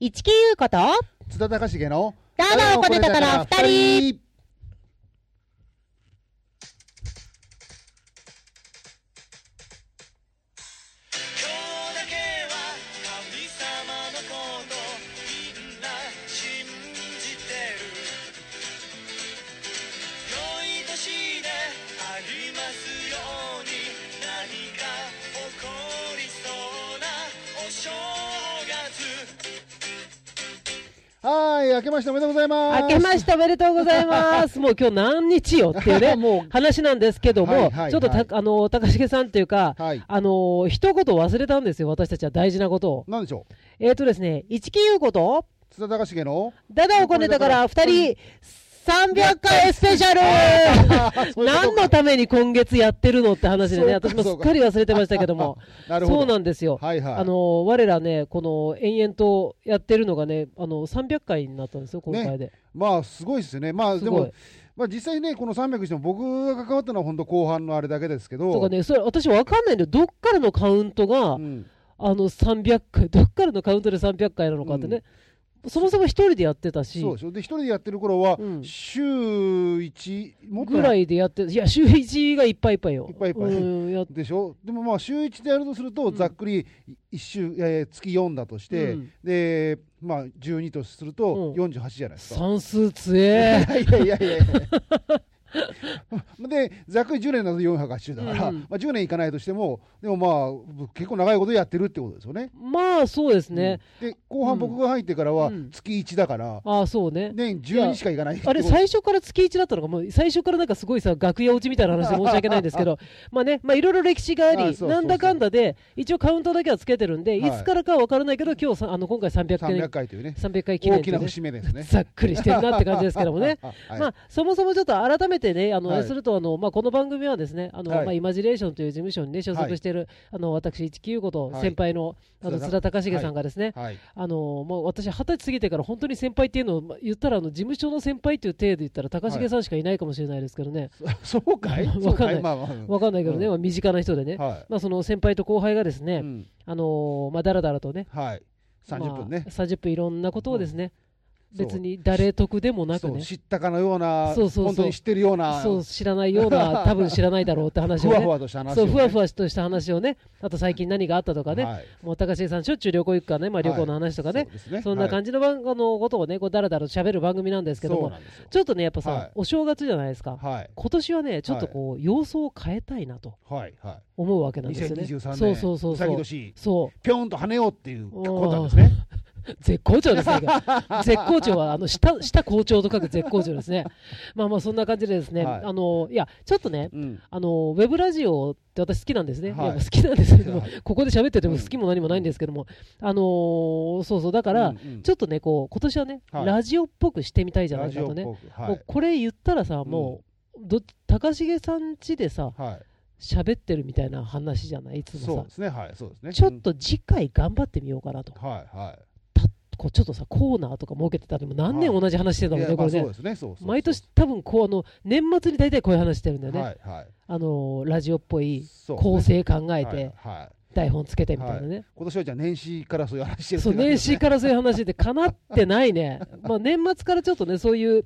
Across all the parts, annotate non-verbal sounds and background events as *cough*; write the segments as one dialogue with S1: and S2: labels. S1: 一木優子と、
S2: 津田隆重の
S1: ただをこねたから二人。
S3: 今日だけは神様のことみんな信じてる良い年でありますように何か起こりそうなお正月
S2: はい、明けましておめでとうございます。
S1: 明けましておめでとうございます。 *laughs* もう今日何日よっていうね、
S2: *laughs* もう
S1: 話なんですけども、
S2: はいはい
S1: ちょっと
S2: はい
S1: た、あの、高重さんっていうか、
S2: はい
S1: あの、一言忘れたんですよ、私たちは大事なことを。
S2: なんでしょう
S1: えっ、ー、とですね、一木優子と、
S2: 津田隆重の
S1: ダダをこねたから二人、300回スペシャル
S2: *laughs* そういうこと
S1: 何のために今月やってるのって話でね、
S2: そうか
S1: 私もす
S2: そう
S1: っ
S2: か。
S1: かり忘れてましたけども
S2: *laughs* なるほど
S1: そうなんですよ。
S2: はいはい
S1: あの、我らね、この延々とやってるのがね、あの、300回になったんですよ、今回で。
S2: まあすごいですね。まあ
S1: す
S2: で
S1: ごい
S2: も、まあ実際ね、この300しても僕が関わったのは本当後半のあれだけですけ
S1: とか
S2: ど、
S1: ね、それ私わかんないんだよ。どっからのカウントが、
S2: うん
S1: あの300回、 *laughs* どっからのカウントで300回なのかってね、そもそも一人でやってたし、
S2: そうでしょ。で、一人でやってる頃は
S1: う、ん
S2: 週1、もっと
S1: ぐらいでやって、いや、週1がいっぱいいっぱいよ。
S2: いっぱいいっぱい
S1: うん
S2: *laughs*
S1: やっ
S2: でしょでもまあ週1でやるとすると、
S1: ん
S2: ざっくり1週、えー月4だとして、
S1: うん
S2: で、まあ12とすると
S1: う
S2: 48じゃないですか。
S1: 算数強
S2: *laughs*
S1: え。
S2: いやいやい
S1: *laughs*
S2: やいやで、ざっくり10年だと480だから、
S1: うん
S2: まあ、10年いかないとしても、でもまあ、結構長いことやってるってことですよね。
S1: まあ、そうですね。
S2: で、後半僕が入ってからは
S1: うん
S2: 月1だから、
S1: ああ、そうね。
S2: 年
S1: いや
S2: 12しかいかないってこ
S1: あ
S2: と
S1: れ、最初から月1だったのか、もう最初からなんかすごいさ、楽屋落ちみたいな話で申
S2: *laughs*
S1: し訳ないんですけど、まあね、まあいろいろ歴史があ
S2: あそう
S1: り、
S2: そうそう
S1: なんだかんだで、一応カウントだけはつけてるんで、
S2: はい
S1: いつからかは分からないけど、今日さあの今回300回
S2: 300回というね、
S1: 300回記念
S2: 大
S1: で
S2: き
S1: ね
S2: な節目ですね。。
S1: ざっくりしてるなって感じですけどもね
S2: あ *laughs* はい
S1: まあ、そもそもちょっと改めてね、あの、
S2: はい
S1: すると、あの、まあ、この番組はですね、あの、
S2: はい
S1: まあ、イマジレーションという事務所にね、所属している、あの、私、一木優子と
S2: はい
S1: 先輩の、あの、
S2: 津
S1: 津
S2: 田
S1: 田隆重さんがですね、
S2: はい、
S1: あの、もう私、二十歳過ぎてから本当に先輩っていうのを、まあ言ったら、あの、事務所の先輩っていう体で言ったら、高重さんしかいないかもしれないですけどね、
S2: そ *laughs* そうかい
S1: わかんない
S2: そういまあまあうん
S1: わかんないけどね、
S2: うん
S1: まあ、身近な人でね、
S2: は
S1: まあ、その先輩と後輩がです
S2: い、
S1: ね、
S2: うん
S1: あの、まあ、だらだらとね、
S2: はい、30分
S1: ま
S2: ね
S1: あ、30分いろんなことをですね、
S2: そう
S1: 別に誰得でもなく
S2: そう
S1: ね、
S2: 知ったかのような
S1: そうそうそう
S2: 本当に知ってるような
S1: そう知らないよう
S2: *laughs*
S1: な、多分知らないだろうって話を
S2: ふわ
S1: ね、
S2: ふわとした話を、ね、
S1: そうふわふ
S2: わ
S1: わとした話をね、あと最近何があったとかね、
S2: はい、
S1: もう高橋さん、しょっちゅう旅行行くからね、まあ、旅行の話とかね、
S2: そうですね
S1: そんな感じの番、あのことをね、こうだらだらと喋る番組なんですけど
S2: そう
S1: も
S2: な、んですよ
S1: ちょっとね、やっぱさ、
S2: はい
S1: お正月じゃないですか、
S2: はい
S1: 今年はね、ちょっとこう、様相を変えたいなと
S2: はいはい
S1: 思うわけなんですよね。
S2: 2023年
S1: そうそうそう
S2: さ
S1: そ
S2: ぎ
S1: う。
S2: 年
S1: そ
S2: ぴょんと跳ねようっていうことなんですね
S1: う絶好調
S2: *laughs*
S1: ですね。絶好調は、あの、下、下好調と書く絶好調ですね。まあまあ、そんな感じでですね、
S2: はい
S1: あの、いや、ちょっとね、
S2: うん
S1: あのウェブラジオって私好きなんですね、い
S2: はい
S1: や好きなんですけども、
S2: はい
S1: ここで喋ってて
S2: う
S1: も
S2: ん
S1: 好きも何もないんですけども、あのーそうそう、だから、
S2: うんうん
S1: ちょっとね、こう今年はね、
S2: はい
S1: ラジオっぽくしてみたいじゃな
S2: ラ
S1: い
S2: ジ
S1: か
S2: オ
S1: と
S2: っ
S1: ね、
S2: ぽくは
S1: も
S2: いう
S1: これ言ったらさ、もう、ど高重さん家でさ、
S2: はい
S1: 喋ってるみたいな話じゃない、いつ
S2: そう
S1: も
S2: ですねはいそうです
S1: さ、
S2: ね
S1: ちょっと次回頑張ってみようかなと、
S2: うんはいはい
S1: こうちょっとさ、コーナーとか設けてたのも、何年
S2: はい
S1: 同じ話してたもん
S2: い
S1: ね、
S2: やま
S1: こ
S2: あ
S1: れ
S2: そう
S1: ね
S2: で。すねそうそうそう
S1: 毎年多分こうあの年末に大体こういう話してるんだよね、
S2: はいはい
S1: あのーラジオっぽい
S2: そうですね
S1: 構成考えて、
S2: はいはい
S1: 台本つけてみたいなね、
S2: 今年はじゃあ年始からそういう話してる
S1: そう年始
S2: か
S1: からそういう話でかなってないね、 *laughs* まあ年末からちょっとね、そういう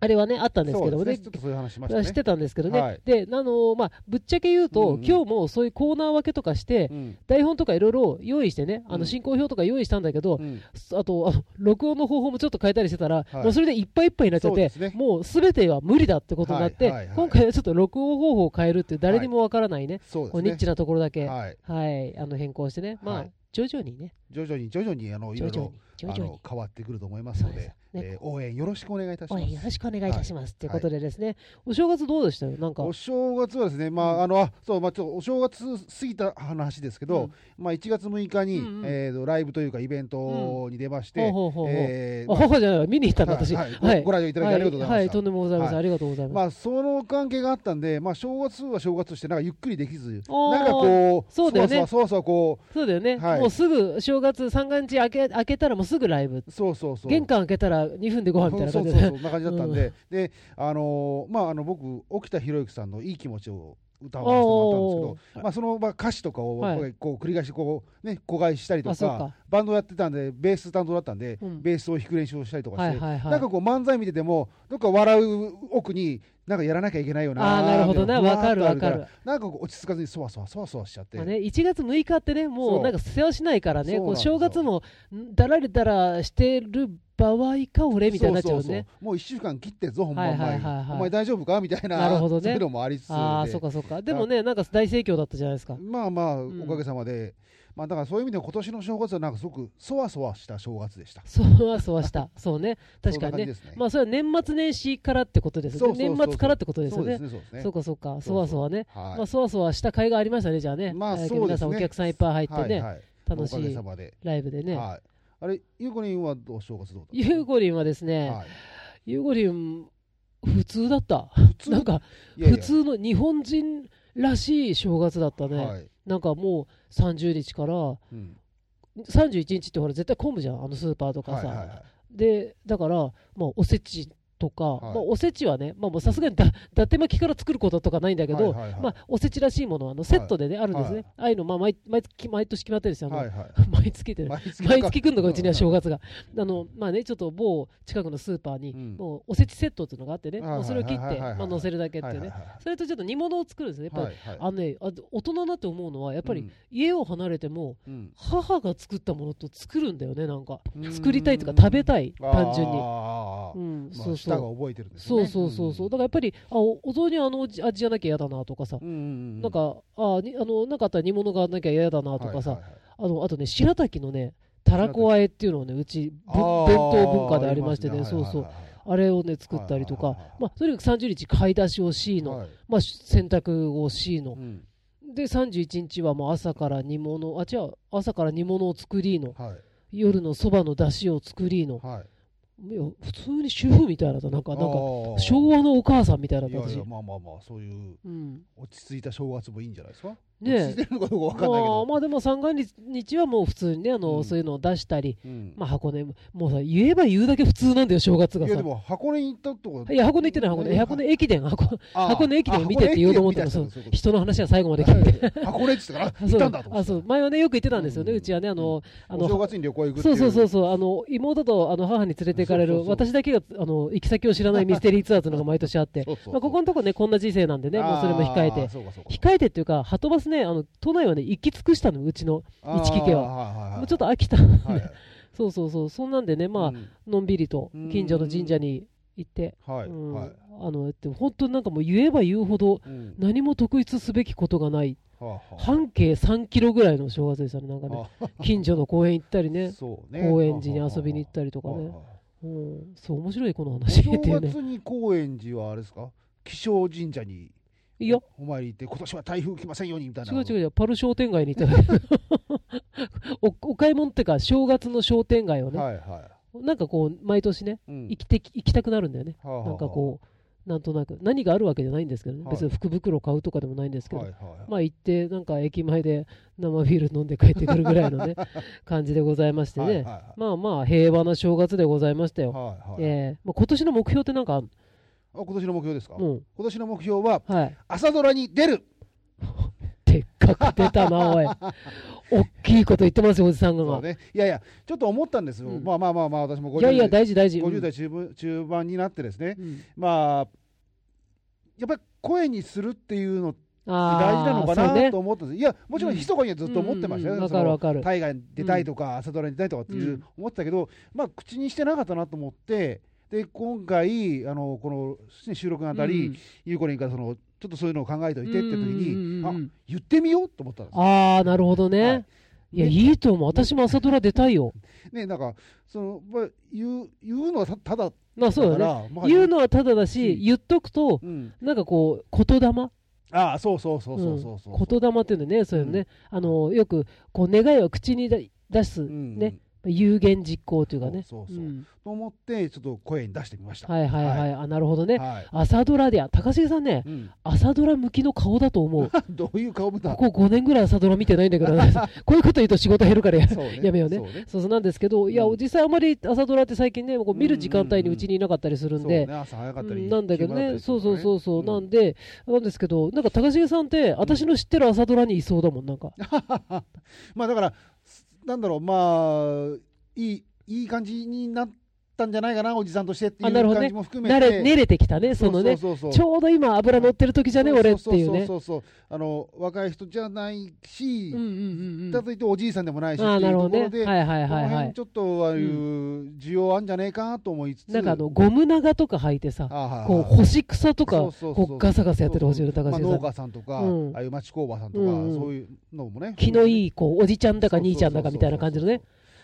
S1: あれはね、あったんですけどもね
S2: ちょっ。とそういう話しましたね
S1: してたんですけどね、
S2: はい
S1: であのーまあ、ぶっちゃけ言うと、
S2: うんうん
S1: 今日もそういうコーナー分けとかして、
S2: うん
S1: 台本とかいろいろ用意してね、あ
S2: う
S1: の
S2: ん
S1: 進行表とか用意したんだけど、
S2: うん
S1: あとあの録音の方法もちょっと変えたりしてたら、
S2: はい
S1: もうそれでいっぱいいっぱいになっちゃっ
S2: そうで
S1: て、
S2: すね
S1: もうすべては無理だってことになって、
S2: はいはいはい
S1: 今回はちょっと録音方法を変えるっていう、誰にもわからないね、
S2: そう
S1: こう
S2: で
S1: ニッ
S2: す
S1: チ
S2: ね
S1: なところだけ、はい
S2: はい
S1: あの変更してね、ま
S2: は
S1: あ
S2: い、
S1: 徐々にね。
S2: 徐々に徐々にあのいろ
S1: 徐
S2: い
S1: 々
S2: ろ
S1: に
S2: あ
S1: 徐々
S2: の
S1: に
S2: 変わってくると思いますの
S1: そう
S2: で
S1: ですね
S2: えー応援よろしくお願いいたし
S1: 応
S2: ま
S1: 援よろ
S2: す。
S1: しくお願いいたしますと、い、うことでですね、お正月どうでしたよなんか
S2: お正月はですね、まああのあそうまあ、ちょっとお正月過ぎた話ですけ
S1: う
S2: ど、
S1: ん
S2: まあ、1月6日に、
S1: うんうん
S2: えーとライブというかイベントに出まして、
S1: ほうほうほうほう
S2: えー
S1: あ
S2: まあ
S1: 母じゃないわ見に行ったの
S2: はい
S1: 私
S2: はいごご覧いただきありがとうございました
S1: ははいとんでもございません、
S2: はい
S1: ありがとうございます、
S2: まあ、その関係があったんで、まあ、正月は正月としてなんかゆっくりできず、
S1: あー
S2: なんかこう、
S1: そうだよね
S2: そわそわそわそわこ
S1: そうだよね、
S2: はい
S1: もうすぐ正月三が日開け開けたらもうすぐライブ
S2: う、そうそうそう。
S1: 玄関開けたら2分でご飯みたいな感じで、
S2: そうそうそうそんな感じだったんで、であのーまああの僕沖田博之さんのいい気持ちを歌わせてもらったんですけど、まあそのまあ歌詞とかを
S1: はい
S2: こうこう繰り返しこうね子返ししたりと
S1: あそ
S2: か、
S1: うか
S2: バンドやってたんでベース担当だったんで、
S1: うん
S2: ベースを弾く練習をしたりとかして、
S1: はいはいはい。
S2: なんかこう漫才見ててもどっか笑う奥になんかやらなきゃいけないよな
S1: あーなるほどな
S2: みたい
S1: わかる
S2: わーっとあ
S1: わかる
S2: らなんかこう落ち着かずにそわそわそわそわしちゃって、
S1: まあね、1月6日ってね、
S2: そ
S1: も
S2: う
S1: うなんか世話しないから
S2: そ
S1: ね、
S2: う
S1: こ
S2: なん
S1: う
S2: ですよ
S1: 正月もんだられだらしてる場合か、俺みたいになっちゃう
S2: そそ
S1: ね。
S2: そもう1週間切ってぞ本番前に、
S1: はいはいはいはい
S2: お前大丈夫かみたいな
S1: なるほどね
S2: そういうのもありつつで
S1: ああ、そうかそうか。でもね、なんか大盛況だったじゃないですか。
S2: まあまあ、
S1: ん
S2: おかげさまで、まあ、だからそういう意味では今年の正月はなんかすごくそわそわした正月でした。
S1: そわそわした。そうね。確か
S2: そんな感
S1: に
S2: じ
S1: ね。
S2: ですね
S1: まあそれは年末年始からってことです
S2: そう
S1: よ
S2: そうそう
S1: ね。
S2: そう
S1: 年末からってことです
S2: そ
S1: よ
S2: う
S1: ね
S2: です。ね、そうですね。
S1: そうかそうか。そ
S2: そ
S1: う
S2: そう
S1: わそわね。
S2: はい、
S1: まあそわそわした甲斐がありましたね、じゃあね。
S2: まあ
S1: えー
S2: そうですね
S1: 皆さんお客さんいっぱい入って
S2: は
S1: ね、
S2: いはい、
S1: 楽
S2: おかげ
S1: しい
S2: さまで。
S1: ライブでね。
S2: はい。あれ、ゆうこりんはどう正月どうだった
S1: ゆうこりんはですね、
S2: はい、
S1: ゆうこりん、普通だった。
S2: 普通
S1: なんか、
S2: いやいや
S1: 普通の日本人らしい正月だったね、
S2: はい。
S1: なんかもう30日から
S2: うん
S1: 31日ってほら絶対混むじゃんあのスーパーとか
S2: はい
S1: さ、
S2: はいはい
S1: でだから、まあ、おせちとか、
S2: はい
S1: まあ、おせちはね、まあ、もうさすがにだ伊達巻きから作ることとかないんだけど、
S2: はいはいはい
S1: まあ、おせちらしいものはあのセットでね、あるんですね、
S2: はい
S1: ああいうの、まあ、毎毎月毎年決まってるんですよ、あの
S2: はいはい
S1: *laughs* 毎月ってね
S2: 毎月
S1: 毎月来るのがうちには正
S2: 月。
S1: 月が、あのまあね、ちょっと某近くのスーパーに、
S2: うん
S1: もうおせちセットっていうのがあってね、
S2: はいはい
S1: もうそれを切って、
S2: はいはいはいはい
S1: まあ、乗せるだけって
S2: はいいうはい
S1: ね
S2: は、
S1: それとちょっと煮物を作るんですね、やっぱ
S2: い
S1: り、
S2: はいはい。
S1: あのねあ大人だって思うのは、やっぱ
S2: う
S1: り
S2: ん
S1: 家を離れても、
S2: うん
S1: 母が作ったものと作るんだよね、なんか
S2: う、ん
S1: 作りたいとか、食べたい、単純に。
S2: あーあーあー
S1: うん、
S2: まあ
S1: そうそ
S2: 舌が
S1: う
S2: 覚えてるんです
S1: そ
S2: ね。
S1: うそうそうそう、だからやっぱり、あおお雑煮はあの味味じゃなきゃ嫌だなとかさ、
S2: うんうんうん、
S1: なんか、あにあのなんかあったら煮物がなきゃ嫌だなとかさ、
S2: はいはいはい
S1: あのあとね、白滝のね、たらこ和えっていうのをね、うち、ぶ
S2: あ
S1: 伝
S2: ー
S1: 統文化でありましてね、
S2: あり
S1: そうそう
S2: は、いはいはい
S1: あれをね、作ったりと
S2: はい
S1: か
S2: はいはいはい、
S1: まあ、とにかく30日、買い出しを C の、
S2: はい
S1: まあ、洗濯を C の
S2: う、ん
S1: で、31日はもう朝から煮物、あ、違う、朝から煮物を作りの、
S2: はい
S1: 夜のそばの出汁を作りの、
S2: はい
S1: いや普通に主婦みたいだった、なんか、なんか、
S2: か
S1: 昭和のお母さんみたいだっ
S2: い
S1: た、
S2: やい
S1: 私
S2: や。まあまあまあそういう
S1: うん。
S2: 落ち着いた正月もいいんじゃないですか
S1: ねえ
S2: 落ち着いてるのかどうかわ
S1: ま
S2: かんないけ
S1: あ、
S2: ど
S1: まあでも三が日はもう普通にね、あの、
S2: うん
S1: そういうのを出したり、
S2: うん
S1: まあ箱根も、もうさ、言えば言うだけ普通なんだよ、正月が
S2: いやで
S1: さ。
S2: も箱根に行ったとこ
S1: いや、箱根行ってない、箱根。
S2: え
S1: 箱根駅伝、箱
S2: あ
S1: 箱根駅伝を見てって言おうと思ったら、
S2: あ
S1: そ
S2: 箱根
S1: う
S2: 駅伝を見たって
S1: 人の話は最後まで
S2: そう
S1: 聞いて。
S2: いうこと箱
S1: *laughs*
S2: 根って言ったから行
S1: そ
S2: っ
S1: う
S2: たんだと思
S1: あ
S2: って
S1: そう前はね、よく行ってたんですよね、
S2: うん
S1: うちはね、あの、あ
S2: お
S1: の
S2: 正月に旅行行くって
S1: そ
S2: いう
S1: そうそう
S2: う
S1: そうあの妹とあの母に連れて行かれ
S2: そ
S1: る
S2: うそうそう
S1: 私だけがあの行き先を知らないミステリーツアーというのが毎年あって
S2: *laughs* そうそうそう
S1: まあここのとこねこんな人生なんでねもうそれも控えて
S2: 控
S1: 控えてっていうかはとバスねあの都内はね行き尽くしたのうちの一木家は
S2: は
S1: もうちょっと
S2: と
S1: 飽きた *laughs* そうそうそうそんなんでねま
S2: あ
S1: あのんびりと近所の神社に行って
S2: は
S1: う
S2: い
S1: ん
S2: はい
S1: あのでも本当になんかもう言えば言うほど
S2: うん
S1: 何も特筆すべきことがない
S2: はあはあ
S1: 半径3キロぐらいの正月でしたねなんかね近所の公園行ったりね
S2: そうね
S1: 高円寺に遊びに行ったりとか
S2: はい
S1: ね
S2: はい
S1: うん、そう、面白い、この *laughs*
S2: お
S1: 話ってい
S2: 正
S1: うね。
S2: 月に高円寺はあれですか気象神社に
S1: いや、
S2: お参り行って今年は台風来ませんようにみたいな
S1: 違う違う違う、パル商店街に行った *laughs* らおお買い物ってか、正月の商店街をね、
S2: はいは
S1: なんかこう、毎年ね、
S2: い、うん
S1: 行きてき行きたくなるんだよね。
S2: はあはあ
S1: なんかこう、なんとなく、何があるわけじゃないんですけどね、
S2: はい
S1: 別に福袋買うとかでもないんですけど、
S2: はいはいはい
S1: まあ行って、なんか駅前で生ビール飲んで帰ってくるぐらいの
S2: *laughs*
S1: ね、感じでございましてね、
S2: はいはいはい
S1: まあまあ、平和な正月でございましたよ。
S2: はいはい
S1: ええまあ、今年の目標ってなんかあん
S2: あ今年の目標ですか、
S1: の、うん、
S2: 今年の目標は
S1: はい。
S2: 朝ドラに出る
S1: でっかく出たな、おい。大きいこと言ってますよ、おじさん
S2: そう
S1: が。
S2: ねいやいやちょっと思ったんですよ、
S1: うん
S2: まあまあまあまあ私も50
S1: いやいや、大事、大事。
S2: 50代中盤中盤になってですね
S1: うんうん
S2: まあやっぱり声にするっていうのって
S1: あー
S2: 大事なのか
S1: そうね
S2: なと思ったんですいやもちろん
S1: うん
S2: 密かにはずっと思ってましたよ、
S1: うんうんうん
S2: その
S1: わかるわかる
S2: 海外に出たいとか、朝ドラに出たいとかっていう、
S1: うん
S2: 思ってたけど、まあ、口にしてなかったなと思ってで今回あのこのね収録があたり、
S1: うん
S2: ゆうこりんからそのちょっとそういうのを考えておいてって時に、
S1: うんうんうんうん
S2: あ言ってみようと思ったんですよ
S1: あー、なるほど
S2: は
S1: ね
S2: い。
S1: いや、いいと思う。私も朝ドラ出たいよ。
S2: ねなんかその、まあ、言う言うのはたただだか
S1: まあ、
S2: ら
S1: そうだね。
S2: まあ、
S1: 言うのはただだ
S2: う
S1: し、
S2: ん
S1: 言っとくと、
S2: うん、
S1: なんかこう、言霊
S2: ああそうそうそうそうそうそう、
S1: うん言霊っていうんだよね、そういうのね。あの、よく、こう、願いを口にだ出す、
S2: うん
S1: ね。有言実行というかね。
S2: そうそうそう
S1: うん
S2: と思ってちょっと声に出してみました
S1: はいはいはい。あ、なるほどね。
S2: はい
S1: 朝ドラで、あ高重さんね、
S2: うん、 *laughs*
S1: 朝ドラ向きの顔だと思う。
S2: どういう顔見た
S1: ここ5年ぐらい朝ドラ見てないんだけど
S2: *laughs*
S1: ね、こういうこと言うと仕事減るからや,、
S2: そう
S1: *laughs*
S2: ね
S1: やめようね。
S2: そ
S1: そうう
S2: ね
S1: そうなんですけど、いや
S2: うん、
S1: 実際あまり朝ドラって最近ね、こう見る時間帯
S2: うんうん
S1: に
S2: うん
S1: うちにいなかったりするん
S2: そう
S1: で、
S2: ね、朝早か
S1: う
S2: ったり、
S1: んなんだけどね、そうそうそうそう、なん
S2: で、
S1: で、なんですけど、なんか高重さんって、私の知ってる朝ドラにいそうだもん、なんか。
S2: まあだから、すなんだろう、まあ、いい、いい感じになったんじゃないかな、おじさんとしてってい
S1: あなるほ
S2: う
S1: ど
S2: 感
S1: ね
S2: じも含めて。
S1: 慣れ練れてきたね、そのね、
S2: そうそうそう
S1: ちょうど今、油乗ってる時じゃね、俺っていうね。
S2: そうそうそうそうあの若い人じゃないし、
S1: うんうんうんう
S2: だ
S1: ん
S2: といっておじいさんでもないし
S1: あ
S2: っ
S1: あ、
S2: てい
S1: な
S2: う
S1: る
S2: と
S1: ほ
S2: こ
S1: ど
S2: ろで、
S1: ね。はいはい
S2: こ
S1: は
S2: の
S1: いは
S2: 辺
S1: い。
S2: ちょっとああいう需要あんじゃねえかと思いつつ、
S1: なんかあの、ゴム長とか履いてさ、
S2: ああ
S1: こう、
S2: はいはい
S1: 干し草とか、
S2: そうそうそう
S1: こうガサガサやってる星野
S2: ま
S1: 高重
S2: あ、
S1: さ
S2: 農
S1: ん。
S2: 家さんとか、
S1: うん
S2: ああいう町工場さんとか、
S1: うんうん
S2: そういうのもね
S1: 気の
S2: い
S1: いい、こう、おじちゃんだか兄ちゃんだかみたいな感じのね。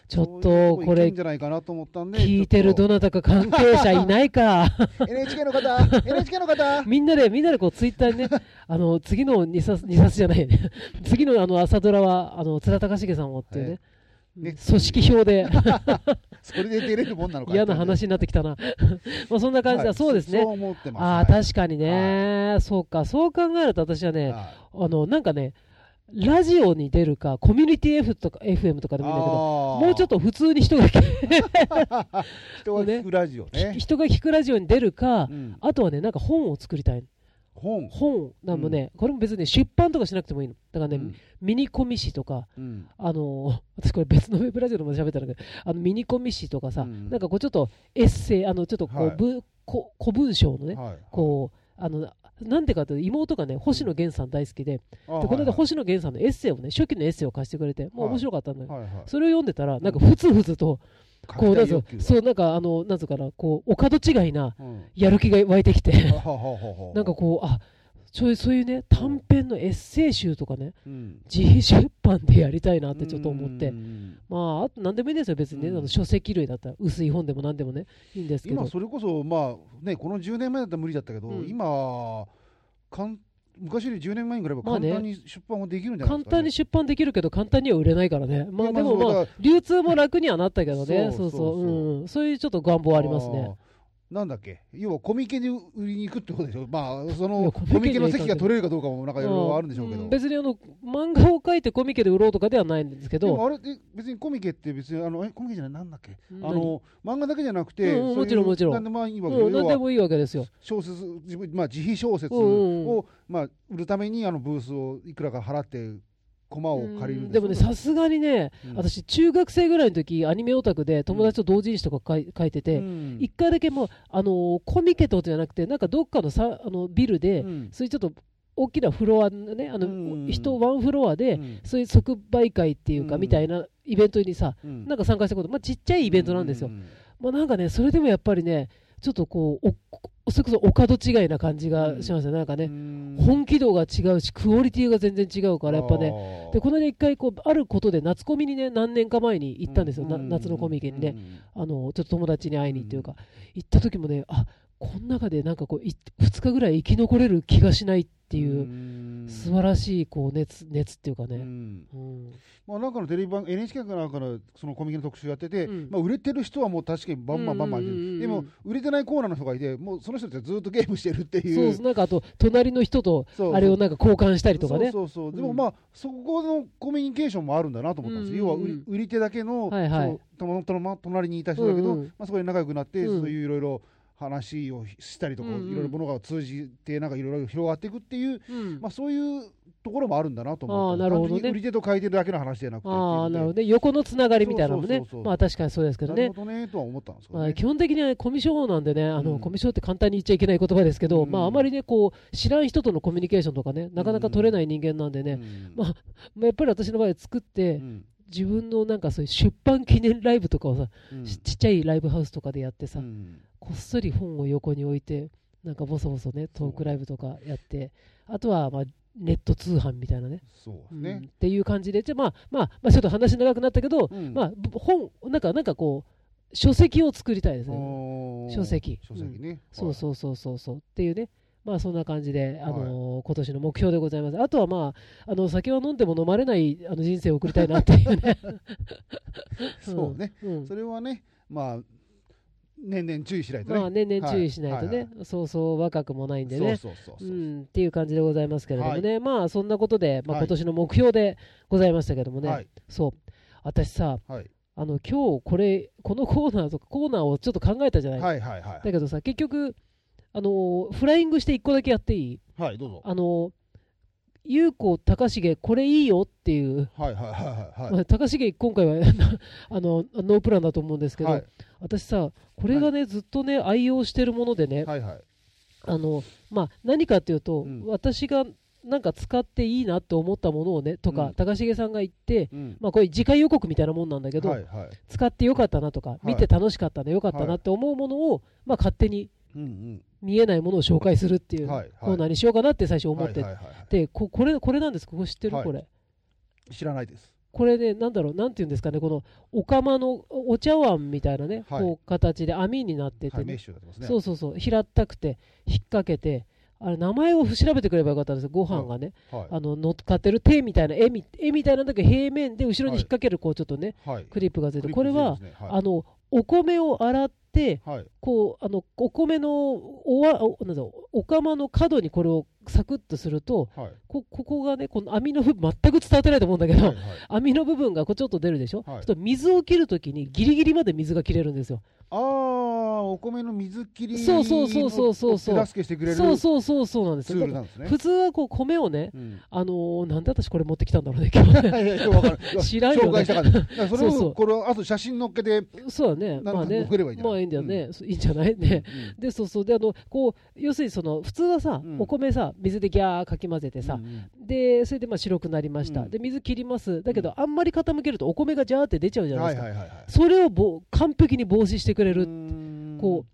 S1: ちょっと、これ
S2: ん、じゃないかなと思ったんで
S1: 聞いてる
S2: ちょ
S1: ど
S2: っ
S1: なたか関係者いない
S2: *laughs*
S1: か。
S2: と NHK
S1: *laughs*
S2: の方 NHK の方
S1: みんなで、みんなでこうツイッターにね、あの、次の2冊、二冊じゃない、 *laughs* 次のあの、朝ドラは、あの、津田隆重さんをっていうね、
S2: いね
S1: 組織票
S2: *laughs*
S1: で
S2: それで出れるもんなのか
S1: 嫌な話になってきたな。 *laughs* まあそんな感じだ、
S2: はい
S1: そうですね
S2: そう。思ってます
S1: ああ、確かにね、そうか、そう考えると私はね、
S2: はい
S1: あの、なんかね、ラジオに出るか、コミュニティ F とか FM とかでもいいんだけど、もうちょっと
S2: と
S1: 普通に人が聞
S2: 人が聞くラジオね
S1: く、人が聞くラジオに出るか、
S2: うん
S1: あとはね、なんか本を作りたいの。
S2: 本
S1: 本、なんかもうね、これも別にね出版とかしなくてもいいの。だからね、
S2: うん
S1: ミニコミ誌とか、
S2: うん
S1: あの *laughs* ー私これ別のウェブラジオでも喋ったんだけど、あのミニコミ誌とかさ、
S2: うん
S1: なんかこうちょっとエッセイ、あのちょっとこう、
S2: はい
S1: ぶこ古文章のね、
S2: はい
S1: こう、あの、なんでかというと妹がね、星野源さん大好きで、
S2: あはい
S1: でこの
S2: はい
S1: 間星野源さんのエッセイをね、初期のエッセイを貸してくれて、もう面白かったんだよ。
S2: はいはい
S1: それを読んでたら、なんかふつふつと、こう、なん
S2: 拡大
S1: つうの
S2: 欲求が
S1: そう、なんかあの、なんつうかな、こう、お門違いな
S2: うん
S1: やる気が湧いてきて、
S2: はははは
S1: なんかこう、あそういうそういうね、短編のエッセイ集とかね、
S2: うん
S1: 自費出版でやりたいなってちょっと思っ
S2: う
S1: て、
S2: ん
S1: まあ、あと何でもいいんですよ、別にね、
S2: うん
S1: あの書籍類だったら、薄い本でも何でもね、いいんですけ
S2: 今
S1: ど、
S2: それこそまあねこの10年前だったら無理だったけど、
S1: うん
S2: 今かん昔より10年前に比べば
S1: まあ
S2: 簡
S1: ね
S2: 単に出版はできるんじゃない
S1: 簡
S2: ですか、
S1: 単に
S2: ね
S1: 出版できるけど、簡単には売れないからね、まあ
S2: いやま
S1: でも
S2: あそう
S1: ま
S2: だ
S1: あ、流通も楽にはなったけどね、
S2: そ
S1: そうう
S2: そうそう
S1: そう、うん、そういうちょっと願望ありますね。
S2: あーなんだっけ要はコミケに売りに行くってことでしょまあそ
S1: い
S2: の
S1: や
S2: コ
S1: コ
S2: ミ
S1: ミ
S2: ケ
S1: ケ
S2: の席が取れるかどうかもなんかいろいろあるんでしょうけど、
S1: ん別にあの漫画を書いてコミケで売ろうとかではないんですけ
S2: でも
S1: ど、
S2: あれえ別にコミケって別にあのえコミケじゃないなんだっけあ
S1: 何
S2: の漫画だけじゃなくて、
S1: うんうん
S2: そういう
S1: もちろんもちろん
S2: なんでもいいわけで、
S1: うん、何で
S2: 要は
S1: もいいわけですよ。
S2: 小説自分まあ自費小説を、
S1: うんうんう
S2: まあ売るためにあのブースをいくらか払ってコマを借りるん
S1: でもね、さすがにね、
S2: うん
S1: 私、中学生ぐらいの時アニメオタクで友達と同人誌とか書い書いてて、
S2: うん
S1: 一回だけもう、あのーコミケってことじゃなくて、なんかどっかのさあのビルで、
S2: うん
S1: そういうちょっと大きなフロアのね、あの
S2: うん
S1: 人、ワンフロアで、
S2: うん
S1: そういう即売会っていうか、
S2: うん
S1: みたいなイベントにさ、
S2: うん
S1: なんか参加したこと、まあ、ちっちゃいイベントなんですよ。
S2: うう
S1: まあ、なんかね、それでもやっぱりね、ちょっとこう、おそれこそお門違いな感じがしますよ、なんか
S2: う
S1: ね、
S2: ん
S1: 本気度が違うし、クオリティが全然違うから、やっぱね。
S2: ね
S1: でこの間一回こうあることで夏コミにね何年か前に行ったんですよ、な夏のコミケにね、
S2: ね
S1: あのちょっと友達に会いにっていうか、行った時もねあこの中でなんかこう2日ぐらい生き残れる気がしないっていう、
S2: う
S1: 素晴らしいこう熱熱っていうか
S2: い
S1: ね、うん
S2: まあなんかのテレビ番 NHK かなんかのそのコミケの特集やってて、
S1: うん
S2: まあ売れてる人はもう確かにバンバンバンバンやってる
S1: うんうんうんうん
S2: でも売れてないコーナーの人がいてもうその人たちはずっとゲームしてるっていう
S1: そうそうなんかあと隣の人とあれをなんか交換したりとかね
S2: そうそうそうで
S1: う
S2: も
S1: ん
S2: まあそこのコミュニケーションもあるんだなと思ったんですよ、
S1: うんうんうん
S2: 要は売り売り手だけの、
S1: はいはい
S2: そのたまたま隣にいた人だけど、
S1: うんうん
S2: まあ、そこで仲良くなって、
S1: うん
S2: そういういろいろ話をしたりとか、
S1: うんうん
S2: いろいろものが通じてなんかいろいろ広がっていくっていう、
S1: うん
S2: まあ、そういうところもあるんだなと思って
S1: あーなるほどね
S2: 単純に売り手と買い手だけの話じゃなくて
S1: ああなるほ
S2: ど
S1: どね横のつながりみたいなのもね
S2: そうそうそうそう
S1: まあ確かにそうですけど
S2: なる
S1: ね
S2: ほどねとは思ったんですけど
S1: ま
S2: ね、
S1: あ、基本的にはコミュ障なんでね、あの
S2: うん
S1: コミュ障って簡単に言っちゃいけない言葉ですけど、
S2: うん
S1: まあ、あまりね、こう、知らん人とのコミュニケーションとかね、なかなか取れない人間なんでね、
S2: うん
S1: まあまあやっぱり私の場合、作っ
S2: う
S1: て、
S2: ん
S1: 自分のなんかそういう出版記念ライブとかをさ、
S2: うん
S1: ちちっちゃいライブハウスとかでやってさ、
S2: うん
S1: こっそり本を横に置いて、なんかボソボソね、トークライブとかやって、あとは、まあ、ネット通販みたいなね、
S2: そうです
S1: うん
S2: ね、
S1: っていう感じで、じゃあまあ、まあ、まあ、ちょっと話長くなったけど、
S2: うん
S1: まあ、本、なんか、なんかこう、書籍を作りたいですね。
S2: おー
S1: 書籍
S2: 書籍ね、
S1: そう
S2: う
S1: そうそうそうそうっていうね、まあそんな感じで、あのー今年の目標でございます。あとはまあ、あの酒は飲んでも飲まれないあの人生を送りたいなっていう
S2: *laughs*
S1: ね。
S2: *laughs* そうね、
S1: うん
S2: それはね、まあ、年々注意しないとね。
S1: まあ年々注意しないとね、そうそう若くもないんでね。
S2: そうそうそう
S1: う
S2: そう。
S1: ん、っていう感じでございますけれどもね、まあそんなことで、まあ、今年の目標でございましたけどもね、
S2: はい、
S1: そう私さ
S2: はい、
S1: あの今日これこのコーナーとかコーナーをちょっと考えたじゃな、
S2: はいい、はい、はい。
S1: だけどさ結局あのーフライングして1個だけやっていい
S2: はい、どうぞ。
S1: あの優子高重これいいよっていう、
S2: はいはいはいはい
S1: ま
S2: は
S1: あ、高重今回は *laughs* あのノープランだと思うんですけ
S2: い
S1: ど、
S2: はい
S1: 私さこれがね、ずっとね愛用してるものでね、
S2: はいはい
S1: あのまあ、何かというと、
S2: うん
S1: 私がなんか使っていいなって思ったものをねとか、
S2: うん
S1: 高重さんが言って、
S2: うん
S1: まあ、これ次回予告みたいなもんなんだけど、
S2: はいはい
S1: 使ってよかったなとか、
S2: い
S1: 見て楽しかったなよかった
S2: は
S1: ないって思うものを、まあ、勝手に
S2: うん
S1: 見えないものを紹介するっていううん
S2: はい
S1: コーナ
S2: は
S1: ー
S2: い
S1: にしようかなって最初思ってて、
S2: はいはいはいは
S1: でここれこれなんですここ知ってる、
S2: はい
S1: これ
S2: い知らないです
S1: これねなんだろうなんていうんですかねこのお釜のお茶碗みたいなね、
S2: はい
S1: こう形で網になってて
S2: は
S1: ね、
S2: い名手になってますね
S1: そうそうそう平ったくて引っ掛けてあれ名前を調べてくればよかったんですよご飯がね、
S2: はい
S1: あの乗っかってる手みたいな絵み絵みたいなんだけど平面で後ろに引っ掛けるこうちょっとね、
S2: はい
S1: クリップがついて
S2: クリップ
S1: これは、
S2: 強いですね
S1: あのお米を洗って、
S2: はいはい
S1: こうあのお米のおわおなんだろうお釜の角にこれをサクッとすると
S2: はい
S1: こここがねこの網の部分全く伝わってないと思うんだけど、
S2: はいはい
S1: 網の部分がこうちょっと出るでしょ、
S2: は
S1: ち
S2: い
S1: ょっと水を切るときにギリギリまで水が切れるんですよ
S2: ああお米の水切り
S1: そうそうそうそうそうそう
S2: の手助けしてくれる
S1: そうそうそうそうなんです
S2: ツ
S1: よ
S2: ール
S1: だか
S2: なんです
S1: ら
S2: ね
S1: 普通はこう米をね
S2: うん
S1: あのーなんで私これ持ってきたんだろうね今日
S2: *laughs*
S1: ね
S2: いやいやわかる
S1: 知らんよね
S2: 紹介したからだからそれ
S1: そうそう
S2: をこれをあと写真載っけて
S1: そうだね
S2: な
S1: まあ
S2: 載っ
S1: ね
S2: ければいいんじゃ
S1: ま
S2: な
S1: あいいんだよ
S2: う
S1: ね、いいんじゃないね、
S2: うん
S1: でそうそうであのこう要するにその普通はさ、
S2: うん
S1: お米さ水でギャーかき混ぜてさ、
S2: うんうん
S1: でそれでまあ白くなりました、
S2: うん
S1: で水切りますだけど、あんまり傾けるとお米がジャーって出ちゃうじゃないで
S2: はい
S1: すか、
S2: はいはいはい
S1: それをぼ完璧に防止してくれ
S2: う
S1: る、
S2: ーん
S1: こ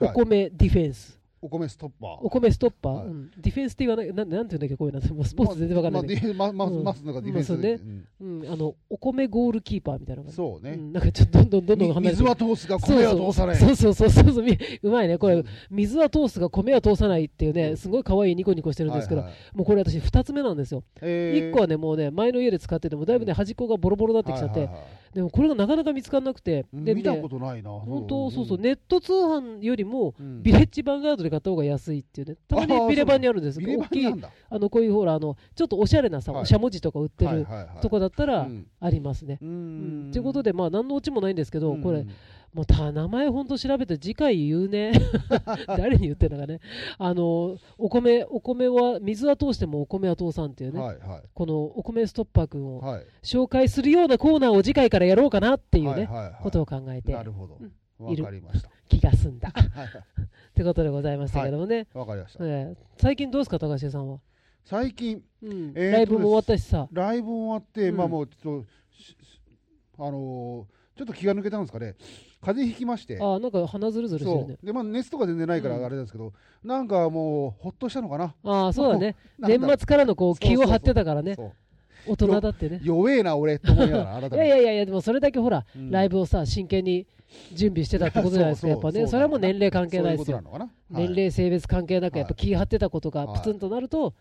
S1: うお
S2: はい
S1: 米ディフェンス、
S2: お米ストッパー
S1: お米ストッパー、
S2: はい
S1: うんディフェンスって言わないなんなんて言うんだっけこういうの *laughs* もうスポーツ全然わかんないんだけ
S2: まあディまま
S1: うん
S2: まずなんかディフェンス
S1: まあそうね
S2: うん
S1: ど、うん、あのお米ゴールキーパーみたいな感じ
S2: そう
S1: う
S2: ね
S1: んなんかちょっとどんどんどんどん
S2: み
S1: 離れて
S2: 水は通すが米は通さない
S1: そうそうそうそうそうそうみうまいねこ
S2: そ
S1: れ
S2: う
S1: 水は通すが米は通さないっていう
S2: う
S1: ね
S2: ん
S1: すごい可愛いニコニコしてるんですけど、
S2: はいはい
S1: もうこれ私2つ目なんですよ、
S2: えー
S1: 1個はねもうね前の家で使っててもだいぶね端っこがボロボロになってきちゃって、
S2: はいはいはい
S1: でもこれがなかなか見つからなくて、で
S2: 見た
S1: ね
S2: ことないな
S1: 本当、そうそう、ネット通販よりも、
S2: うん
S1: ビレッジヴァンガードで買った方が安いっていうね、たま
S2: あー
S1: にビレバンにあるんです
S2: ビ
S1: よ、
S2: レバ
S1: 大
S2: ン
S1: き
S2: ないん、だ
S1: あのこういうほら、あのちょっとおしゃれなさ、
S2: はい
S1: おしゃもじとか売って
S2: はい
S1: る
S2: はいはい
S1: とこだったら
S2: うん
S1: ありますね。うんということ
S2: で、
S1: で、まあ、何のオチもないんですけど、
S2: うん
S1: これ、もうた名前、本当調べて、次回言う
S2: *laughs*
S1: ね、誰に言ってんのかね、あのお米、お米は、水は通してもお米は通さんっていうね、
S2: はいはい
S1: このお米ストッパー君を
S2: はい。っ
S1: 紹介するようなコーナーを次回からやろうかなって
S2: て
S1: いうね、こと
S2: を
S1: を考えて
S2: なるほど。
S1: い
S2: わ
S1: る
S2: かりました。
S1: 気が済んだ *laughs* っ
S2: はいはい
S1: てことでございましたけどもね、
S2: わかりました。
S1: ええ最近どうですか高橋さんは、
S2: 最近
S1: うん
S2: えーと
S1: ライブも終わったしさ
S2: ライブ終わって、
S1: うん
S2: まあもうちょっとししあのーちょっと気が抜けたんですかね。風邪ひきまして。
S1: あなんか鼻ずるずるしてる
S2: そ
S1: ね
S2: うでまあ、熱とか全然ないから
S1: うん
S2: あれなんですけど、なんかもうほっとしたのかな
S1: ああそうだね
S2: なんだ
S1: 年末からのこう気
S2: そうそ
S1: を
S2: うそう
S1: 張ってたからね
S2: そう
S1: 大人だってね
S2: 弱えな俺と思いなが
S1: *laughs*
S2: ら改め
S1: い
S2: て
S1: やいやいやいやでもそれだけほら、
S2: うん
S1: ライブをさ真剣に準備してたってことじゃないですか
S2: い
S1: や
S2: や
S1: っ
S2: *laughs* そ
S1: ぱ
S2: うそう
S1: ねそれはもう年齢関係
S2: そう
S1: ないいうで
S2: こ
S1: す
S2: と
S1: よ
S2: なのかな、はい
S1: 年齢性別関係なくやっぱ気張ってたことが
S2: はい
S1: プツンとなると、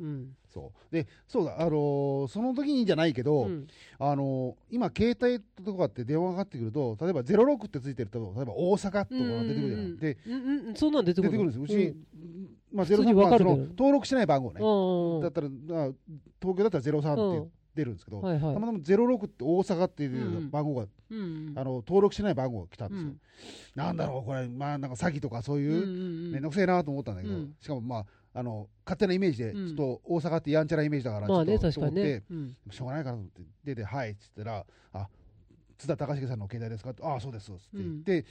S1: うん、
S2: そうでそうだあのーその時にじゃないけど、
S1: うん
S2: あのー今携帯とかって電話がかかってくると例えば06ってついてると例えば大阪とかが出てくるじゃないで
S1: うんうんうんそんなん出て
S2: 出
S1: く
S2: て
S1: る
S2: くるんですようち、
S1: うん
S2: まあ、
S1: 普通に
S2: 03
S1: わかる
S2: 番そ
S1: けど
S2: の登録してない番号ね
S1: うんうんう
S2: だ
S1: ん
S2: ったらまあ東京だったら03って出るんですけど、
S1: はいはい
S2: たまたま06って大阪って
S1: うんう
S2: いうん番号が、
S1: うんうん
S2: あの登録してない番号が来たん
S1: う
S2: ですよ、
S1: ん
S2: なんだろうこれまあなんか詐欺とかそういうう、
S1: んうんう
S2: めん
S1: ん
S2: どくせえなと思ったんだけど、
S1: うん
S2: しかもまああの勝手なイメージで、
S1: うん
S2: ちょっと大阪ってやんちゃなイメージだからち
S1: ま
S2: ょ
S1: あ
S2: っと
S1: ね確
S2: と
S1: か
S2: 思っ
S1: に
S2: て、
S1: ね、うん
S2: しょうがないからと思って出て「はい」っつったら「あ津田隆重さんの携帯ですか?」って「ああそうです」っつって言って、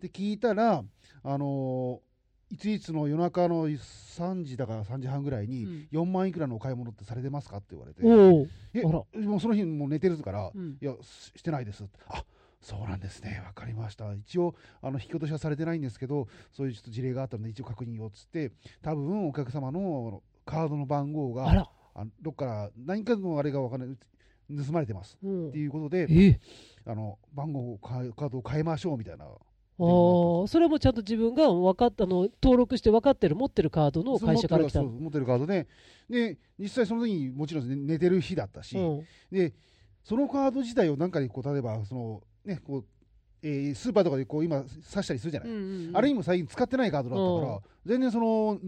S2: で聞いたらあのーいついつの夜中の3時だから3時半ぐらいに、
S1: うん
S2: 4万いくらのお買い物ってされてますかって言われて、
S1: おお
S2: え
S1: あら
S2: もうその日もう寝てるから、
S1: うん
S2: いやししてないですってあそうなんですねわかりました一応あの引き落としはされてないんですけどそういうちょっと事例があったので一応確認をっつって多分お客様のあのカードの番号が
S1: あら、
S2: あのどっから何かのあれがわからないうち盗まれてます
S1: うん
S2: っていうことで
S1: え
S2: あの番号を変えカードを変えましょうみたいな
S1: ああそれもちゃんと自分が分かったあの登録して分かってる持ってるカードの
S2: そう
S1: 会社から来た
S2: 持ってるそう持ってるカードでで実際その時にもちろんね寝てる日だったし、
S1: うん
S2: でそのカード自体をなんかでこう例えばその、ねこうえースーパーとかでこう今刺したりするじゃない、
S1: うんうん
S2: あれにも最近使ってないカードだったから、
S1: うん
S2: 全然その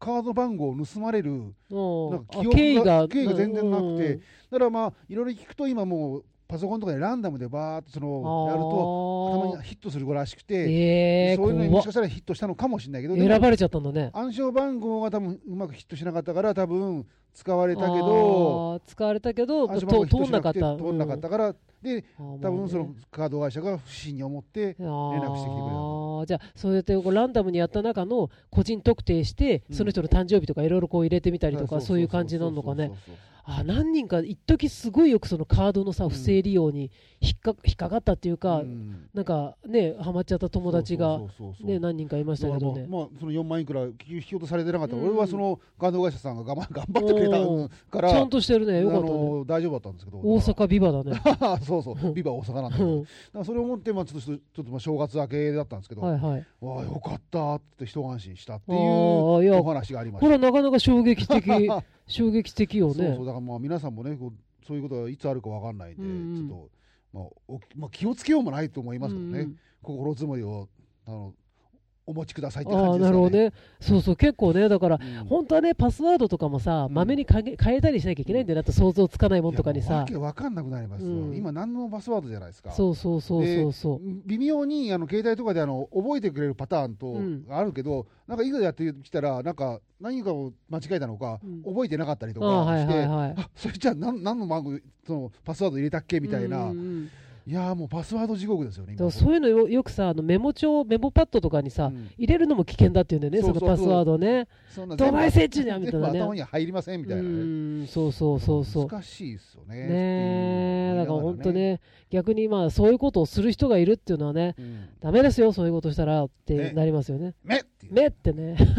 S2: カード番号を盗まれる
S1: うん
S2: なんか
S1: あ
S2: 記憶が
S1: 経緯が
S2: 経緯が全然なくて
S1: うん
S2: だからまあいろいろ聞くと今もうパソコンとかでランダムでバーっとそのやると
S1: あー
S2: 頭にットする子らしくて、
S1: ええ
S2: そういうのにも
S1: 怖
S2: しかしたらヒットしたのかもしれないけど、でも
S1: 選ばれちゃったんだね。
S2: 暗証番号が多分うまくヒットしなかったから、多分使われたけど、
S1: あー、使われたけど、
S2: 暗
S1: 通
S2: 証番号ヒット
S1: 通
S2: し
S1: んな
S2: な
S1: か
S2: く
S1: ってた。
S2: 通んなかったから、で、
S1: うん
S2: 多分そのカード会社が不審に思って、
S1: あー
S2: 連絡してきてくれた
S1: あーじゃあ、そうやってこうランダムにやった中の個人特定して、
S2: うん
S1: その人の誕生日とかいろいろこう入れてみたりと
S2: は
S1: か、
S2: い
S1: そういう感じなのか。
S2: そ
S1: ね
S2: う。そうそうそう
S1: あー何人か、一時すごいよくそのカードのさ、
S2: ん
S1: 不正利用に引っか引っかかったっていうか、
S2: うん
S1: なんかね、ハマっちゃった友達が
S2: そ、うそうそうそう
S1: ね、何人かいました
S2: だか
S1: け
S2: ら
S1: ど
S2: も
S1: ね
S2: う。まあ、その4万いくら結局引き落とされてなかった、
S1: うん
S2: 俺はそのガード会社さんが頑張 *laughs* 頑張ってくれた
S1: お
S2: か
S1: ち
S2: ら
S1: ゃんとしてるね、よか
S2: あ
S1: ったね。
S2: の大丈夫だったんですけど
S1: 大阪ビバだね。
S2: 阪 *laughs* そうそうビバ大阪なんだけ
S1: う
S2: どだ
S1: ん
S2: からそれを思って、まあ、ちょっとちょっとまあ正月明けだったんですけど、
S1: はいはい。
S2: わあよかったって一安心したって
S1: あ
S2: いう
S1: ーいや
S2: お話がありまし
S1: こ
S2: た、
S1: れはなかなか衝撃的
S2: *laughs*
S1: 衝撃的よ
S2: そう
S1: ね
S2: そう。だからまあ皆さんもねこうそういうことがいつあるかわかんないんで、
S1: うんうん
S2: ちょっと、まあおまあ、気をつけようもないと思いますけどね、
S1: うん
S2: 心づもりをあのお持ちくださいって
S1: ああ
S2: 感
S1: ー
S2: じで
S1: な
S2: す
S1: るほ
S2: よ
S1: ど
S2: ね。
S1: ね、そうそう、結構ね、だから、
S2: うん
S1: 本当はね、パスワードとかもさ、
S2: うん
S1: まめに変え変えたりしなきゃいけないんだよなって、想像つかないもんとかに
S2: いやもう
S1: さ
S2: わ、けわかんなくなりますよ、
S1: うん
S2: 今何のパスワードじゃないですか
S1: そうそうそうそうそう、
S2: 微妙にあの携帯とかであの覚えてくれるパターンと
S1: うん
S2: があるけど、なんかいくらやってきたらなんか何かを間違えたのか、
S1: うん
S2: 覚えてなかったりと
S1: ああ
S2: か
S1: はい
S2: して、
S1: はいはい。
S2: あそれじゃあ何何の番号そのパスワード入れたっけみたい
S1: う
S2: な、
S1: んうんうん
S2: いやーもうパスワード地獄ですよね
S1: だから
S2: 今
S1: そういうのよよくさ、あのメモ帳、メモパッドとかにさ、
S2: うん
S1: 入れるのも危険だって言うんだよね、
S2: そう
S1: そ
S2: そう
S1: のパスワードね。
S2: そんな
S1: ドバイ
S2: 全部
S1: 設置だみたいな
S2: 全部頭
S1: ね。
S2: には入りませんみたいな
S1: う
S2: ね、
S1: んそうそうそうそう。
S2: 難しいですよね
S1: ねえ、だから本当、
S2: っていう
S1: ね、逆にまあそういうことをする人がいるっていうのはね、
S2: 思いながらね
S1: ダメですよ、そういうことしたらっ
S2: ね
S1: てなりますよね。
S2: うん、めっていう
S1: ねってね。 *laughs*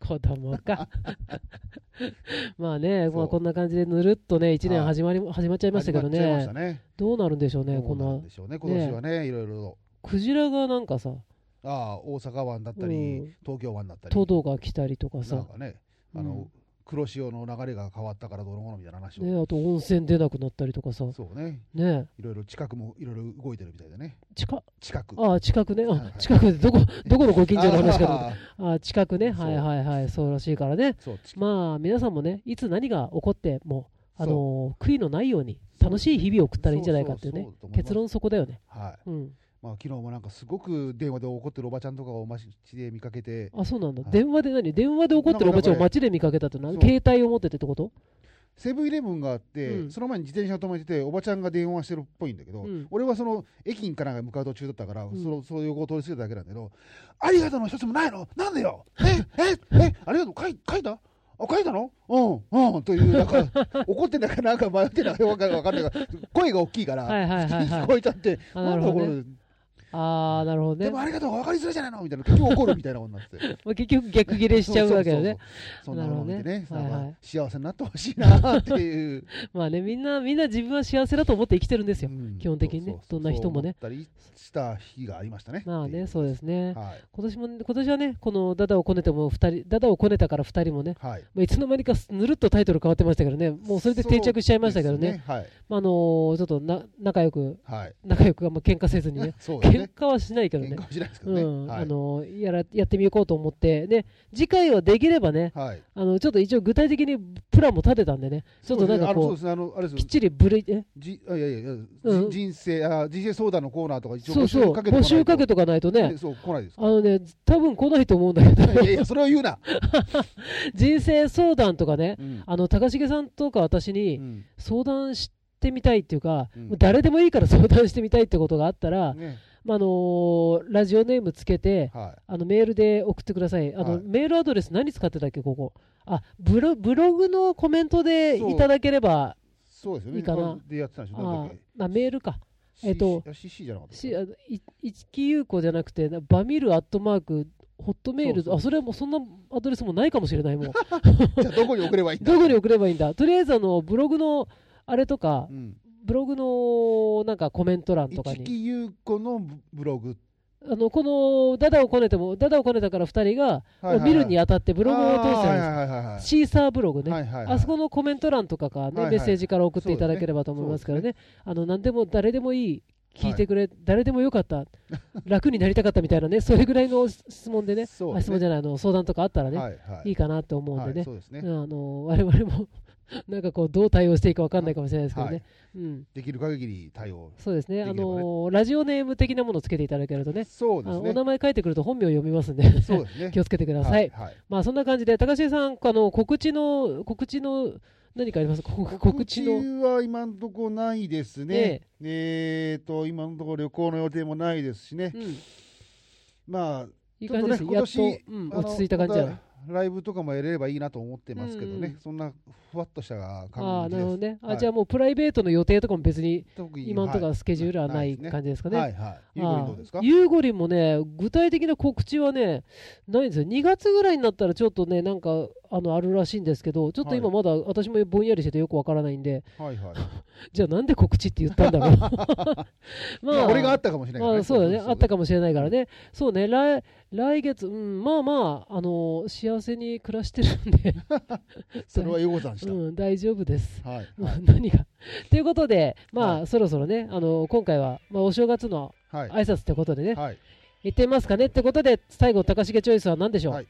S1: 子供か。 *laughs* まあね、
S2: そう
S1: まあ、こんな感じでぬるっとね、1年始まり、始まっちゃいましたけど
S2: 始まっちゃいまし
S1: ね
S2: た、ね
S1: どうなるんでしょうね、
S2: ど
S1: こ
S2: うなん
S1: の
S2: でしょうね、今年はね、いろいろと。
S1: クジラがなんかさ、
S2: ああ、大阪湾だったり、
S1: うん
S2: 東京湾だったり、
S1: トドが来たりとか
S2: な
S1: さ
S2: ん、かね、
S1: うん
S2: あの、黒潮の流れが変わったからどうのものみたいな話を、
S1: ね、あと温泉出なくなったりとかさ、
S2: そうね、
S1: ね、
S2: いろいろ近くもいろいろ動いてるみたいだね、
S1: 近
S2: 近く。
S1: ああ、近くね、
S2: はいはい
S1: あ近くでど
S2: *laughs*
S1: こ、どこのご近所の話かと思った
S2: ああ
S1: ああ、近くね、
S2: そう
S1: はいはいはい、そうらしいからね、
S2: そう、近く
S1: まあ皆さんもね、いつ何が起こっても、あ
S2: そ
S1: のー悔いのないように、楽しい日々を送ったらいいんじゃないかっていう
S2: そ
S1: ね
S2: そそ、と思います
S1: 結論そこだよね。
S2: はい。
S1: うん、
S2: まあ、昨日もなんかすごく電話で怒ってるおばちゃんとかを街で見かけて、
S1: あそうなんだ、
S2: はい
S1: 電話で何電話で怒ってるおばちゃんを街で見かけたってな
S2: そう
S1: 携帯を持っててってこと
S2: セブンイレブンがあって、
S1: うん
S2: その前に自転車を止めてて、おばちゃんが電話してるっぽいんだけど、
S1: うん
S2: 俺はその駅にから向かう途中だったから、
S1: ん
S2: そのその横を通り過ぎただけなんだけど、ありがとうの一つもないのなんでよえええありがとう書い書いたあ書いたのうんうんという、なんか *laughs* 怒ってんだかなんか迷ってんだかよくわかんないから、声が大きいから、
S1: はいはいはいは
S2: *laughs* 聞
S1: い
S2: こえちゃって、
S1: あ
S2: な
S1: なんる
S2: だ
S1: ほ
S2: これ、
S1: どねあーなるほど
S2: で
S1: ね、
S2: も
S1: ま
S2: ありがとうが分かりづらいじゃないのみたいな、結局怒るみたいなことになってて。
S1: あ、結局逆切れしちゃうわけだね
S2: そうそうそう。そんなのを見てね、
S1: なるほどね
S2: な
S1: はい
S2: ん
S1: はい
S2: か幸せになってほしいなっていう。
S1: *laughs* まあねみんなみんな自分は幸せだと思って生きてるんですよ、
S2: うん
S1: 基本的にねどんな人もね。
S2: そうそうそう思ったりした日がありましたね。
S1: まあねそうです
S2: う
S1: ね
S2: はい。
S1: 今年も今年はねこのダダをこねても二人ダダをこねたから二人もね
S2: はい。
S1: まあいつの間にかぬるっとタイトル変わってましたけどね、もうそれで定着しちゃいましたけどね、
S2: そうですね。
S1: まああのーちょっとな仲良く、
S2: はい。はい。、
S1: 仲良くあんま喧嘩せずにね
S2: そうです
S1: 喧
S2: ね。
S1: 嘩はしないけど
S2: 喧
S1: ね
S2: 嘩、はしないですけど
S1: う
S2: ね。
S1: ん
S2: はい
S1: あのやらやってみようと思って、ね、次回はできればね、
S2: はい。
S1: あのちょっと一応具体的にプランも立てたんでね、ちょっとなんか
S2: そう
S1: こう、
S2: ですねあのそうですね。あの、あれです
S1: きっ
S2: よ。
S1: ちりブレえ
S2: じあいやいやいや、
S1: うん
S2: じ人生、あ人生相談のコーナーとか一応
S1: そうそう、募集かけ
S2: て
S1: とかないと
S2: こない
S1: ね
S2: と。、そう、来ないです
S1: あ
S2: か。
S1: のね、多分来ないと思うんだけど、
S2: いやいや、それを言うな。
S1: *laughs* 人生相談とかね、
S2: うん
S1: あの高重さんとか私に
S2: うん
S1: 相談してみたいっていうか、
S2: うん
S1: もう誰でもいいから相談してみたいってことがあったら、
S2: ね
S1: まああのーラジオネームつけて、
S2: は
S1: あのメールで送ってください。あの、
S2: はい
S1: メールアドレス何使ってたっけここ。あブロブログのコメントで
S2: そう
S1: いただければ、
S2: い。そうですよね。
S1: いいかな
S2: でやってたんでしょ。なん
S1: あ
S2: だっけ
S1: あメールか。
S2: C-
S1: えっと
S2: いや CC じゃなかったっけ。
S1: しあのい一木優子じゃなくてなバミルアットマークホットメール
S2: そうそう
S1: あそれはもうそんなアドレスもないかもしれない
S2: *laughs*
S1: もう
S2: *laughs* じゃあ、どこに送ればいいんだ
S1: どこに送ればいいんだ。とりあえずあのブログのあれとか
S2: うん。
S1: ブログのなんかコメント欄とか
S2: 一
S1: に。
S2: 木優子のブログ。
S1: あのこのダダをこねてもダダをこねたから2人が、
S2: はいはいはい
S1: を見るにあたってブログを通してるんです
S2: あーはいはいはいはい
S1: シーサーブログね、
S2: はいはいはい
S1: あそこのコメント欄とかから、ね
S2: はいはい
S1: メッセージから送っていただければと思いますからね、あの何でも誰でもいい、聞いてくれ、誰でもよかった、 *laughs* 楽になりたかったみたいなね、それぐらいの質問でね、
S2: そう
S1: あ質問じゃないあの、相談とかあったらね、
S2: はいはい
S1: い、かなと思うんでね、
S2: はいそうですね、
S1: うんあの我々も *laughs* なんかこう、どう対応していいか分かんないかもしれないですけどね。
S2: はい
S1: うん。
S2: できる限り対応。
S1: そうですね。
S2: でき
S1: あ
S2: ればね
S1: のーラジオネーム的なものをつけていただけるとね、
S2: そう
S1: あ
S2: で
S1: の
S2: す
S1: お
S2: ね。
S1: 名前書いてくると本名を読みますんで、
S2: そうですね。
S1: *laughs* 気をつけてください。
S2: はい。はい
S1: まあ、そんな感じで、高重さん、あの、告知の、告知の、何かありますかこ告知の。
S2: は今のとこないですね。えっと、今のとこ旅行の予定もないですしね。
S1: うん。
S2: まあ、
S1: いい
S2: ちょっ
S1: 感
S2: と
S1: じ
S2: ね
S1: です。
S2: 今
S1: やっと、
S2: 年
S1: うん、
S2: あの
S1: 落ち着いた感じじゃない
S2: またライブとかもやれればいいなと思ってますけど
S1: うんう
S2: ね、
S1: ん
S2: そんなふわっとした
S1: ああ
S2: 感
S1: ー、
S2: じ
S1: なる
S2: で
S1: ほど
S2: す。
S1: ね。あ、
S2: はい
S1: じゃあもうプライベートの予定とかも別に、
S2: 特に
S1: 今のところはスケジュールはない
S2: はい
S1: 感じですかね。
S2: はいはい。ゆうこりんどうですか
S1: ああユーゴリンもね、具体的な告知はね、ないんですよ。2月ぐらいになったらちょっとね、なんか、あの、あるらしいんですけど、ちょっと今まだ私もぼんやりしててよくわからないんで、
S2: はいはい。
S1: じゃあなんで告知って言ったんだ
S2: *laughs*
S1: ろう。 *laughs*
S2: まあ、
S1: まあ、
S2: 俺があったかもしれないから
S1: まあそうだね、あったか
S2: も。
S1: もしれないからね、そうね、来来月、うん、まあまあ、あの幸せに暮らしてるんで、
S2: *laughs* それはエゴさんした。
S1: うん、大丈夫です。 *laughs*
S2: はい。
S1: 何が。ということで、まあ、
S2: は
S1: そろそろね、あの今回は、まあ、お正月の
S2: はい。
S1: 挨拶ってことでね、
S2: はい。
S1: 行ってみますかねってことで、最後、高重チョイスは何でしょう、
S2: はい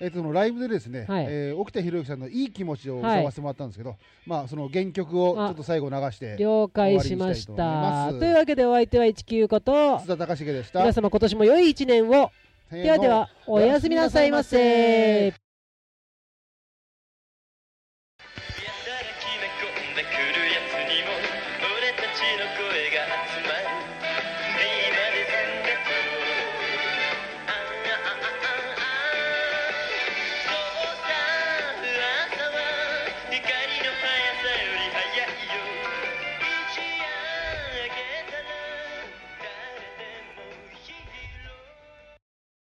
S2: えっと、そのライブでですね、
S1: はい
S2: えー沖田博之さんのいい気持ちを歌わせてもらったんですけど、まあ、その原曲をちょっと最後流して、
S1: 了解しまし
S2: 終わ
S1: た。
S2: りにしたいと思います
S1: というわけで、お相手は19こと
S2: 津、田隆重でした。
S1: 皆様、今年も良い一年を。
S2: せーの
S1: ではでは、おやすみなさいませ。